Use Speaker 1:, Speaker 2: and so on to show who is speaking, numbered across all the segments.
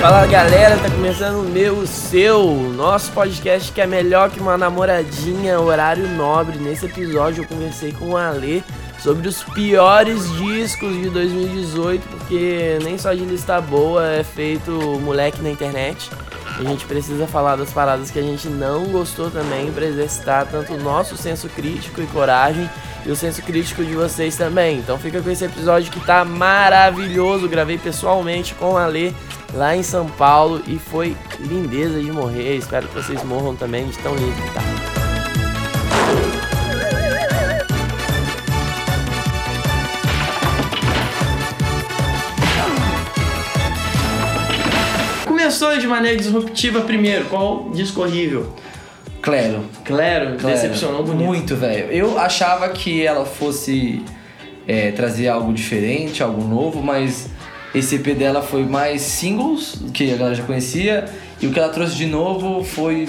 Speaker 1: Fala galera, tá começando o meu, o seu, o nosso podcast que é melhor que uma namoradinha, horário nobre. Nesse episódio eu conversei com o Ale sobre os piores discos de 2018, porque nem só de lista boa é feito moleque na internet. A gente precisa falar das paradas que a gente não gostou também para exercitar tanto o nosso senso crítico e coragem e o senso crítico de vocês também. Então fica com esse episódio que tá maravilhoso. Gravei pessoalmente com o Ale lá em São Paulo e foi lindeza de morrer. Espero que vocês morram também de tão lindo que tá. Começou de maneira disruptiva primeiro, qual disco horrível?
Speaker 2: Claro.
Speaker 1: Claro,
Speaker 2: claro.
Speaker 1: decepcionou bonito.
Speaker 2: Muito, velho. Eu achava que ela fosse é, trazer algo diferente, algo novo, mas esse EP dela foi mais singles, que a galera já conhecia, e o que ela trouxe de novo foi.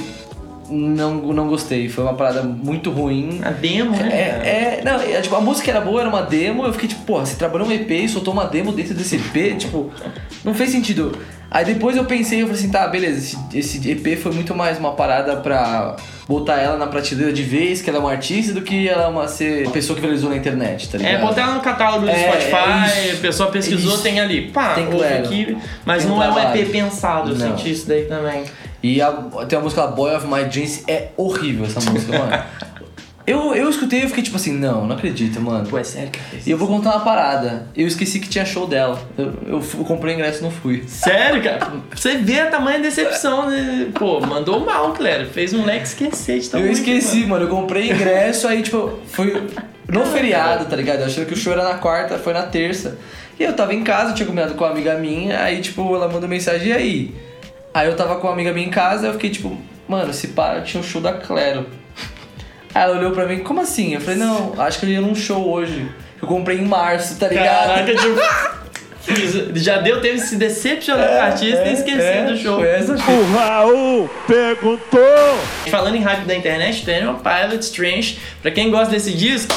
Speaker 2: Não, não gostei. Foi uma parada muito ruim.
Speaker 1: A demo, né? cara?
Speaker 2: É, é, não, é, tipo, a música era boa, era uma demo, eu fiquei tipo, porra, você trabalhou um EP e soltou uma demo dentro desse EP, tipo, não fez sentido. Aí depois eu pensei, eu falei assim, tá, beleza, esse, esse EP foi muito mais uma parada pra botar ela na prateleira de vez, que ela é uma artista, do que ela é uma, ser uma pessoa que viralizou na internet, tá ligado?
Speaker 1: É, botar no catálogo do
Speaker 2: É,
Speaker 1: Spotify,
Speaker 2: é isso.
Speaker 1: a pessoa pesquisou,
Speaker 2: Isso.
Speaker 1: tem ali. Pá,
Speaker 2: Tem
Speaker 1: ouve
Speaker 2: claro.
Speaker 1: aqui. Mas
Speaker 2: Tem
Speaker 1: não é um
Speaker 2: trabalho.
Speaker 1: EP pensado, eu
Speaker 2: Não.
Speaker 1: senti isso daí também.
Speaker 2: E a- tem uma música lá, Boy of My Dreams, é horrível essa música, mano. Eu, eu escutei e fiquei tipo assim, não, não acredito, mano.
Speaker 1: Pô, é sério que fez
Speaker 2: E eu vou contar uma parada. Eu esqueci que tinha show dela. Eu, eu fu- comprei o ingresso e não fui.
Speaker 1: Sério, cara? Você vê a tamanha decepção, né? Pô, mandou mal, Clério. Fez um moleque esquecer de tão
Speaker 2: eu
Speaker 1: ruim que
Speaker 2: esqueci, mano. Eu comprei ingresso, aí, tipo, fui no feriado, tá ligado? Eu achei que o show era na quarta, foi na terça. E eu tava em casa, eu tinha combinado com uma amiga minha, aí, tipo, ela mandou mensagem, e aí? Aí eu tava com uma amiga minha em casa, eu fiquei, tipo, mano, se para, tinha um show da Clero. Aí ela olhou pra mim, como assim? Eu falei, não, acho que eu ia num show hoje. que Eu comprei em março, tá
Speaker 1: foi.
Speaker 2: ligado?
Speaker 1: Caraca, tipo... Já deu tempo de se decepcionar com o artista e esquecer
Speaker 2: é,
Speaker 1: do tá show.
Speaker 2: Foi essa
Speaker 3: O Raul perguntou.
Speaker 1: Falando em hype da internet, tem uma Pilot Strange. Pra quem gosta desse disco,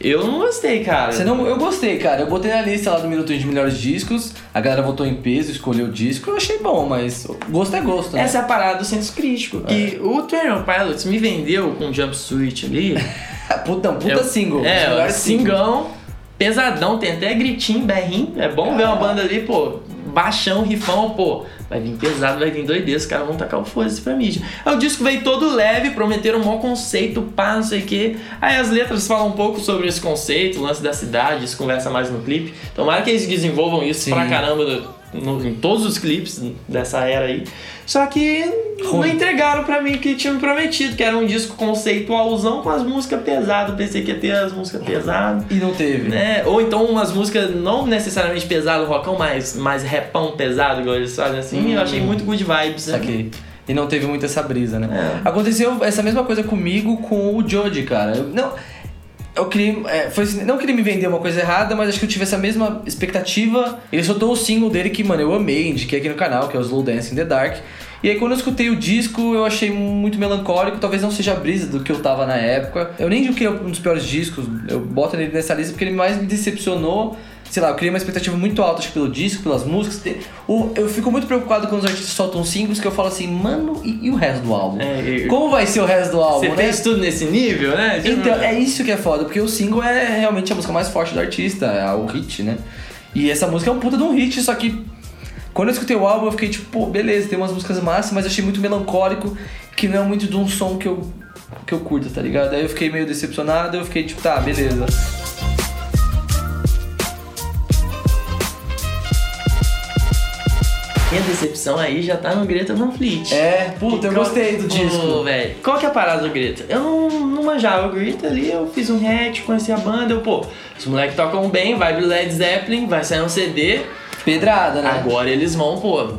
Speaker 1: eu não gostei, cara.
Speaker 2: Você não, eu gostei, cara. Eu botei na lista lá do Minuto de melhores discos. A galera votou em peso, escolheu o disco. Eu achei bom, mas gosto é gosto, né?
Speaker 1: Essa é a parada do senso crítico. Que o Twin Pilots me vendeu com um jumpsuit ali.
Speaker 2: Puta, não, puta
Speaker 1: Eu-
Speaker 2: single.
Speaker 1: É,
Speaker 2: melhor
Speaker 1: singão, pesadão, tem até gritinho, berrinho. É bom ver uma banda ali, pô, baixão, rifão, pô. Vai vir pesado, vai vir doideira, os caras vão tacar o foda-se pra mídia. Aí o disco veio todo leve, prometeram um maior conceito, pá, não sei o quê. Aí as letras falam um pouco sobre esse conceito, o lance da cidade, isso conversa mais no clipe. Tomara que eles desenvolvam isso
Speaker 2: Sim.
Speaker 1: pra caramba no- no- em todos os clipes dessa era aí. Só que não
Speaker 2: Ruim.
Speaker 1: entregaram pra mim o que tinham me prometido, que era um disco conceitualzão com as músicas pesadas. Pensei que ia ter as músicas pesadas.
Speaker 2: E não teve.
Speaker 1: Né? Ou então umas músicas não necessariamente pesado, rockão, mas mais repão pesado, igual eles fazem assim. Eu achei muito good vibes. né?
Speaker 2: Saquei. E não teve muito essa brisa, né?
Speaker 1: É.
Speaker 2: Aconteceu essa mesma coisa comigo com o Jody, cara. Eu- não. Eu queria. é, foi assim, não queria me vender uma coisa errada, mas acho que eu tive essa mesma expectativa. Ele soltou o single dele que, mano, eu amei, indiquei aqui no canal, que é o Slow Dance in the Dark. E aí quando eu escutei o disco, eu achei muito melancólico, talvez não seja a brisa do que eu tava na época. Eu nem digo que é um dos piores discos, eu boto ele nessa lista porque ele mais me decepcionou. Sei lá, eu criei uma expectativa muito alta acho que pelo disco, pelas músicas. Tem- o- Eu fico muito preocupado quando os artistas soltam singles que eu falo assim, mano, e, e o resto do álbum?
Speaker 1: É, e-
Speaker 2: Como vai ser o resto do álbum,
Speaker 1: Você
Speaker 2: né?
Speaker 1: fez tudo nesse nível, né? Tipo,
Speaker 2: Então, é isso que é foda, porque o single é realmente a música mais forte do artista, é o hit, né? E essa música é um puta de um hit, só que quando eu escutei o álbum eu fiquei tipo, pô, beleza, tem umas músicas massas, mas achei muito melancólico, que não é muito de um som que eu, que eu curto, tá ligado? Aí eu fiquei meio decepcionado, eu fiquei tipo, tá, beleza.
Speaker 1: Minha decepção aí já tá no Greta Van Fleet.
Speaker 2: É, puta, eu
Speaker 1: Qual-
Speaker 2: gostei do
Speaker 1: Ô,
Speaker 2: disco.
Speaker 1: velho. Qual que é a parada do Greta? Eu não, não manjava o Greta ali, eu fiz um hat, conheci a banda, eu, pô, os moleques tocam bem, vai pro Led Zeppelin, vai sair um CD,
Speaker 2: Pedrada, né?
Speaker 1: agora eles vão, pô,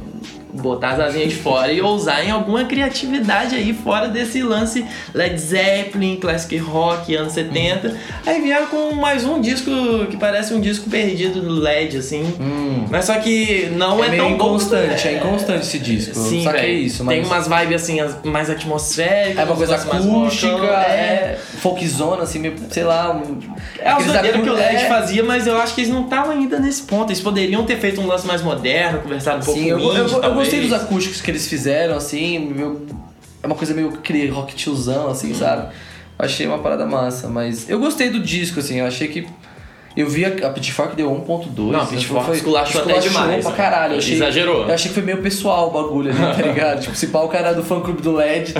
Speaker 1: botar as asinhas de fora e ousar em alguma criatividade aí fora desse lance Led Zeppelin, classic rock, anos 70. Aí vieram com mais um disco que parece um disco perdido do Led, assim.
Speaker 2: Hum.
Speaker 1: Mas só que não é,
Speaker 2: é meio
Speaker 1: tão bom- né?
Speaker 2: inconstante, é inconstante esse disco.
Speaker 1: Sim,
Speaker 2: só que é
Speaker 1: velho.
Speaker 2: isso, mas
Speaker 1: Tem umas vibes assim, as- mais atmosféricas.
Speaker 2: É uma coisa
Speaker 1: umas mais
Speaker 2: acústica,
Speaker 1: rockão,
Speaker 2: é folkzona, assim, meio, sei lá, um-
Speaker 1: É o
Speaker 2: Aqueles da
Speaker 1: zagueiro que o
Speaker 2: cur-
Speaker 1: LED
Speaker 2: é.
Speaker 1: fazia, mas eu acho que eles não estavam ainda nesse ponto. Eles poderiam ter feito um lance mais moderno, conversado um pouco
Speaker 2: Sim, assim, eu,
Speaker 1: com o
Speaker 2: eu- eu-
Speaker 1: índio,
Speaker 2: eu
Speaker 1: talvez.
Speaker 2: gostei dos acústicos que eles fizeram, assim, meu- é uma coisa meio cri- rock tiozão, assim,
Speaker 1: Uhum.
Speaker 2: sabe? Achei uma parada massa, mas eu gostei do disco, assim, eu achei que. Eu vi a, a Pitchfork deu 1.2.
Speaker 1: Não, a
Speaker 2: né?
Speaker 1: Pitchfork
Speaker 2: Foi-
Speaker 1: esculachou até demais,
Speaker 2: pra
Speaker 1: né?
Speaker 2: caralho. eu achei-
Speaker 1: Exagerou.
Speaker 2: Eu achei que foi meio pessoal o bagulho ali, tá ligado? tipo, se pá o cara do fã clube do LED, tá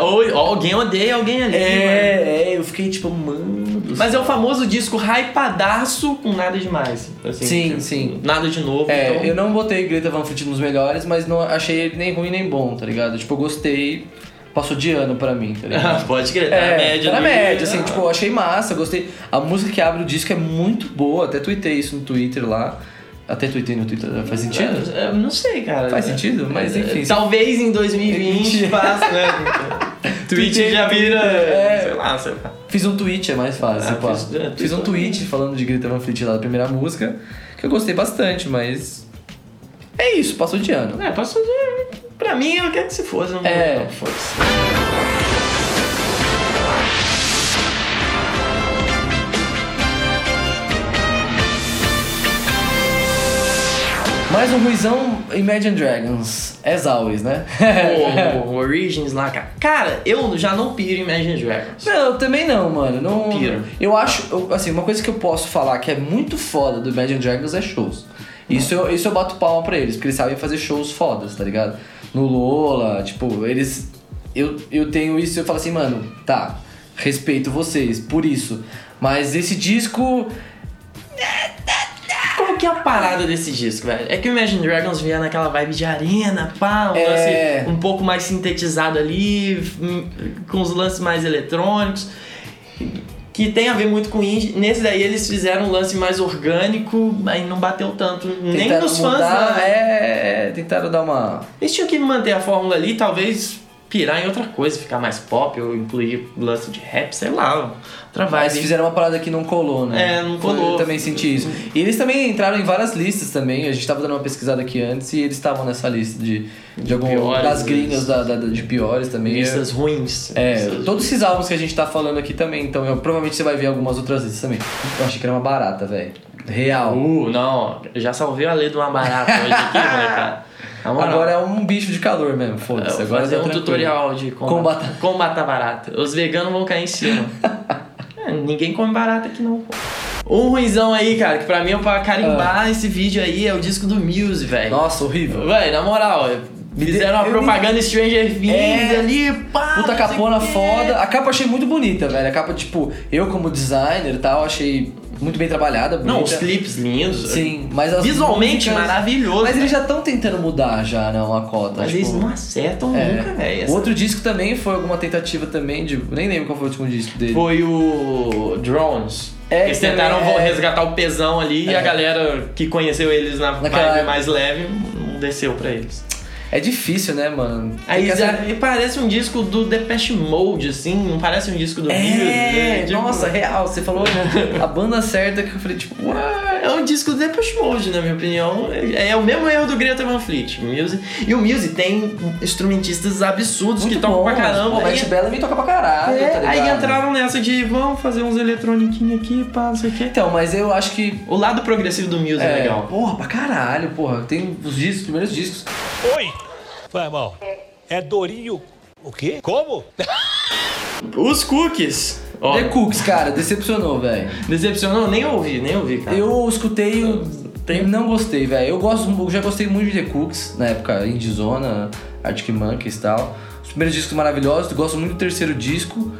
Speaker 1: É, Ou, ou alguém odeia alguém ali. mano.
Speaker 2: é, é, eu fiquei tipo, mano. do
Speaker 1: Mas é o famoso disco hypadaço com nada demais. assim,
Speaker 2: Sim,
Speaker 1: tipo,
Speaker 2: sim.
Speaker 1: Nada de novo.
Speaker 2: É,
Speaker 1: então-
Speaker 2: eu não botei Greta Van Fleet nos melhores, mas não achei ele nem ruim nem bom, tá ligado? Tipo, eu gostei, passou de ano pra mim, tá ligado?
Speaker 1: Pode crer, tá na média.
Speaker 2: tá
Speaker 1: do-
Speaker 2: na
Speaker 1: né?
Speaker 2: média, assim, tipo, eu achei massa, eu gostei. A música que abre o disco é muito boa, até tuitei isso no Twitter lá. Até tuitei no Twitter, faz sentido?
Speaker 1: É, é, não sei, cara.
Speaker 2: Faz sentido, mas
Speaker 1: É,
Speaker 2: enfim.
Speaker 1: Talvez em 2020 faça, né? Twitch já vira.
Speaker 2: É.
Speaker 1: Sei lá, sei lá.
Speaker 2: Fiz um tweet, é mais fácil.
Speaker 1: Ah,
Speaker 2: pá.
Speaker 1: fiz- é,
Speaker 2: fiz, um tweet falando de Greta Van Fleet lá da primeira música, que eu gostei bastante, mas... É isso, passou de ano.
Speaker 1: É, passou de. Pra mim, eu quero que se fosse. Não,
Speaker 2: É.
Speaker 1: não fosse.
Speaker 2: Mais um ruizão Imagine Dragons, as always, né?
Speaker 1: O, o Origins lá, cara. Cara, eu já não piro em Imagine Dragons.
Speaker 2: Não, também não, mano. Não.
Speaker 1: Pira.
Speaker 2: Eu acho, eu- assim, uma coisa que eu posso falar que é muito foda do Imagine Dragons é shows. Isso eu, isso eu bato palma pra eles, porque eles sabem fazer shows fodas, tá ligado? No Lola, tipo, eles. Eu, eu tenho isso e eu falo assim, mano, tá, respeito vocês, por isso. Mas esse disco.
Speaker 1: Qual que é a parada desse disco, velho? É que o Imagine Dragons vinha naquela vibe de arena, pá, um
Speaker 2: É.
Speaker 1: lance um pouco mais sintetizado ali, hum, com os lances mais eletrônicos. Que tem a ver muito com indie. Nesse daí eles fizeram um lance mais orgânico, aí não bateu tanto, nem
Speaker 2: tentaram
Speaker 1: nos fãs,
Speaker 2: mudar,
Speaker 1: né?
Speaker 2: é, é, tentaram dar uma.
Speaker 1: Eles tinham que manter a fórmula ali, talvez pirar em outra coisa, ficar mais pop, ou incluir lance de rap, sei lá, outra vibe.
Speaker 2: Mas fizeram uma parada que não colou, né?
Speaker 1: É, não
Speaker 2: Foi-
Speaker 1: colou.
Speaker 2: Eu também senti isso. E eles também entraram em várias listas também. A gente tava dando uma pesquisada aqui antes e eles estavam nessa lista de, de, algum,
Speaker 1: piores,
Speaker 2: das
Speaker 1: né?
Speaker 2: gringas da, da- da- de piores também.
Speaker 1: Listas ruins.
Speaker 2: É,
Speaker 1: Listas-
Speaker 2: todos esses álbuns que a gente tá falando aqui também, então eu- provavelmente você vai ver algumas outras listas também. Eu achei que era uma barata, velho. Real.
Speaker 1: Uh, não, eu já salvei a lei de uma barata hoje aqui, molecada. Na moral.
Speaker 2: Agora é um bicho de calor mesmo,
Speaker 1: Eu
Speaker 2: foda-se.
Speaker 1: vou
Speaker 2: Agora
Speaker 1: fazer
Speaker 2: tá
Speaker 1: um
Speaker 2: tranquilo.
Speaker 1: tutorial de combata,
Speaker 2: Combata-
Speaker 1: combata barata. Os veganos vão cair em cima. É, ninguém come barata aqui não, pô. Um ruizão aí, cara, que pra mim é pra carimbar esse vídeo aí, é o disco do Muse, velho.
Speaker 2: Ah. Nossa, horrível.
Speaker 1: Véi, na moral, fizeram uma
Speaker 2: eu
Speaker 1: propaganda Stranger Things
Speaker 2: É.
Speaker 1: ali, pá.
Speaker 2: Puta
Speaker 1: não sei
Speaker 2: capona
Speaker 1: o quê.
Speaker 2: foda. A capa eu achei muito bonita, velho. A capa, tipo, eu como designer e tal, achei muito bem trabalhada. Bonita.
Speaker 1: Não, os clipes lindos.
Speaker 2: Sim, mas as
Speaker 1: É Visualmente
Speaker 2: músicas-
Speaker 1: maravilhoso.
Speaker 2: Mas eles
Speaker 1: velho.
Speaker 2: já estão tentando mudar já, né, uma cota.
Speaker 1: Mas
Speaker 2: tipo,
Speaker 1: eles não acertam
Speaker 2: é.
Speaker 1: nunca, né, velho.
Speaker 2: O outro disco também foi alguma tentativa também de... Nem lembro qual foi o último disco dele.
Speaker 1: Foi o Drones.
Speaker 2: É,
Speaker 1: eles
Speaker 2: que também
Speaker 1: tentaram vo-
Speaker 2: é-
Speaker 1: resgatar o pesão ali e
Speaker 2: É.
Speaker 1: a galera que conheceu eles na
Speaker 2: Naquela
Speaker 1: vibe
Speaker 2: época.
Speaker 1: mais leve não desceu pra eles.
Speaker 2: É difícil, né, mano? Tem
Speaker 1: Aí
Speaker 2: que essa-
Speaker 1: já- e parece um disco do Depeche Mode, assim, não parece um disco do Muse, né?
Speaker 2: É,
Speaker 1: Tipo,
Speaker 2: nossa, real. Você falou a banda certa que eu falei, tipo... ué.
Speaker 1: É um disco do Depeche Mode, na minha opinião. É é o mesmo erro do Greta Van Fleet. Muse. E o Muse tem instrumentistas absurdos
Speaker 2: Muito
Speaker 1: que tocam
Speaker 2: bom,
Speaker 1: pra
Speaker 2: Pô,
Speaker 1: caramba.
Speaker 2: Matt
Speaker 1: Aí-
Speaker 2: Bellamy toca pra caralho,
Speaker 1: é,
Speaker 2: tá ligado?
Speaker 1: aí entraram nessa de vamos fazer uns eletroniquinhos aqui, pá, não sei o quê.
Speaker 2: Então, mas eu acho que
Speaker 1: O lado progressivo do Muse é,
Speaker 2: É,
Speaker 1: legal.
Speaker 2: Porra, pra caralho, porra. Tem os discos, os primeiros discos.
Speaker 4: Oi! Vai, irmão. É Dorinho. O quê? Como?
Speaker 1: Os cookies. Ó,
Speaker 2: The Cooks, cara, decepcionou, velho.
Speaker 1: decepcionou? Nem ouvi, nem ouvi, cara.
Speaker 2: Eu escutei o. Não gostei, velho. Eu gosto, eu já gostei muito de The Cooks, na época Indie Zona, Arctic Monkeys e tal. Os primeiros discos maravilhosos, gosto muito do terceiro disco.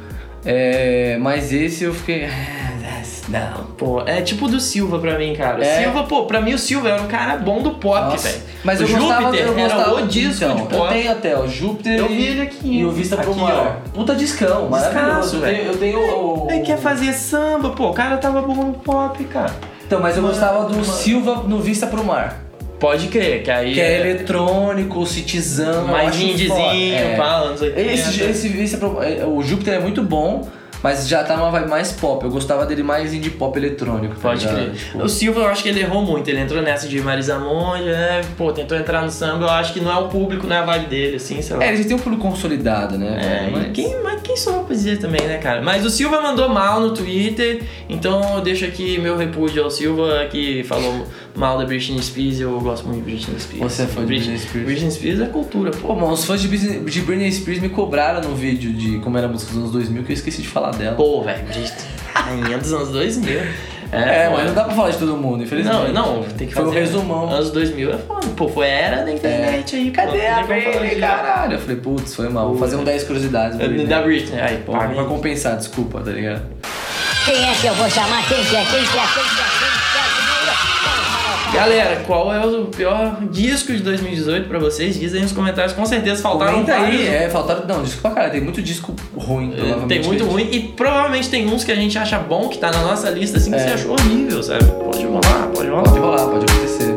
Speaker 2: é, mas esse eu fiquei. "Ah, Não.
Speaker 1: Pô, é tipo do Silva pra mim, cara.
Speaker 2: É.
Speaker 1: Silva, pô, pra mim o Silva era um cara bom do pop,
Speaker 2: Nossa.
Speaker 1: velho.
Speaker 2: Mas
Speaker 1: o
Speaker 2: eu
Speaker 1: Júpiter
Speaker 2: gostava, eu
Speaker 1: era
Speaker 2: gostava
Speaker 1: o disco
Speaker 2: então,
Speaker 1: de
Speaker 2: Eu
Speaker 1: pop.
Speaker 2: tenho até, ó, Júpiter
Speaker 1: Eu
Speaker 2: e-
Speaker 1: vi ele aqui.
Speaker 2: e o Vista pro
Speaker 1: Aqui,
Speaker 2: Mar. Puta discão, maravilhoso.
Speaker 1: Descasso,
Speaker 2: Eu tenho,
Speaker 1: velho.
Speaker 2: eu tenho o-
Speaker 1: Ele quer fazer samba, pô. O cara tava bom no pop, cara.
Speaker 2: Então, mas eu
Speaker 1: Mano,
Speaker 2: gostava do
Speaker 1: mano.
Speaker 2: Silva no Vista pro Mar.
Speaker 1: Pode crer, que aí.
Speaker 2: Que é eletrônico, citizão.
Speaker 1: mais indiezinho,
Speaker 2: é.
Speaker 1: pá, não sei o que.
Speaker 2: Esse, esse Vista pro é, O Júpiter é muito bom. Mas já tá uma vibe mais pop. Eu gostava dele mais indie pop eletrônico. tá
Speaker 1: Pode
Speaker 2: ligado?
Speaker 1: crer.
Speaker 2: Tipo,
Speaker 1: O Silva, eu acho que ele errou muito. Ele entrou nessa de Marisa Monte, né? Pô, tentou entrar no samba. Eu acho que não é o público, não é a vibe dele, assim, sei lá.
Speaker 2: É, ele já tem um pulo consolidado, né?
Speaker 1: É,
Speaker 2: cara?
Speaker 1: e
Speaker 2: Mas-
Speaker 1: quem, mas quem sou eu pra dizer também, né, cara? Mas o Silva mandou mal no Twitter, então eu deixo aqui meu repúdio ao Silva que falou mal da Britney Spears. Eu gosto muito de Britney Spears.
Speaker 2: Você é fã de Britney Spears?
Speaker 1: Britney Spears é cultura, pô.
Speaker 2: Pô, mano, os fãs de Britney, de Britney Spears me cobraram no vídeo de como era a música dos anos 2000 que eu esqueci de falar dela.
Speaker 1: Pô, velho, Britney. Rainha dos anos 2000.
Speaker 2: é,
Speaker 1: foda.
Speaker 2: mas não dá pra falar de todo mundo, infelizmente.
Speaker 1: Não, não, tem que
Speaker 2: Foi um
Speaker 1: fazer.
Speaker 2: resumão. É.
Speaker 1: Anos 2000 é foda. Pô, foi a era da internet aí.
Speaker 2: Cadê a
Speaker 1: Britney,
Speaker 2: Britney, caralho? Eu falei, putz, foi mal. Vou fazer um 10 curiosidades. Britney.
Speaker 1: Da Britney. Aí, pô.
Speaker 2: Pô, vai compensar, desculpa, tá ligado?
Speaker 5: Quem é que eu vou chamar? Quem que é? Quem que é? Quem que é?
Speaker 1: Galera, qual é o pior disco de 2018 pra vocês? Diz aí nos comentários, com certeza faltaram
Speaker 2: Comenta
Speaker 1: vários. É,
Speaker 2: aí, é, faltaram. Não, desculpa, cara, tem muito disco ruim, provavelmente.
Speaker 1: Tem muito
Speaker 2: gente.
Speaker 1: ruim e provavelmente tem uns que a gente acha bom que tá na nossa lista assim que
Speaker 2: É.
Speaker 1: você achou horrível, sabe? Pode rolar, pode rolar.
Speaker 2: Pode rolar, pode acontecer.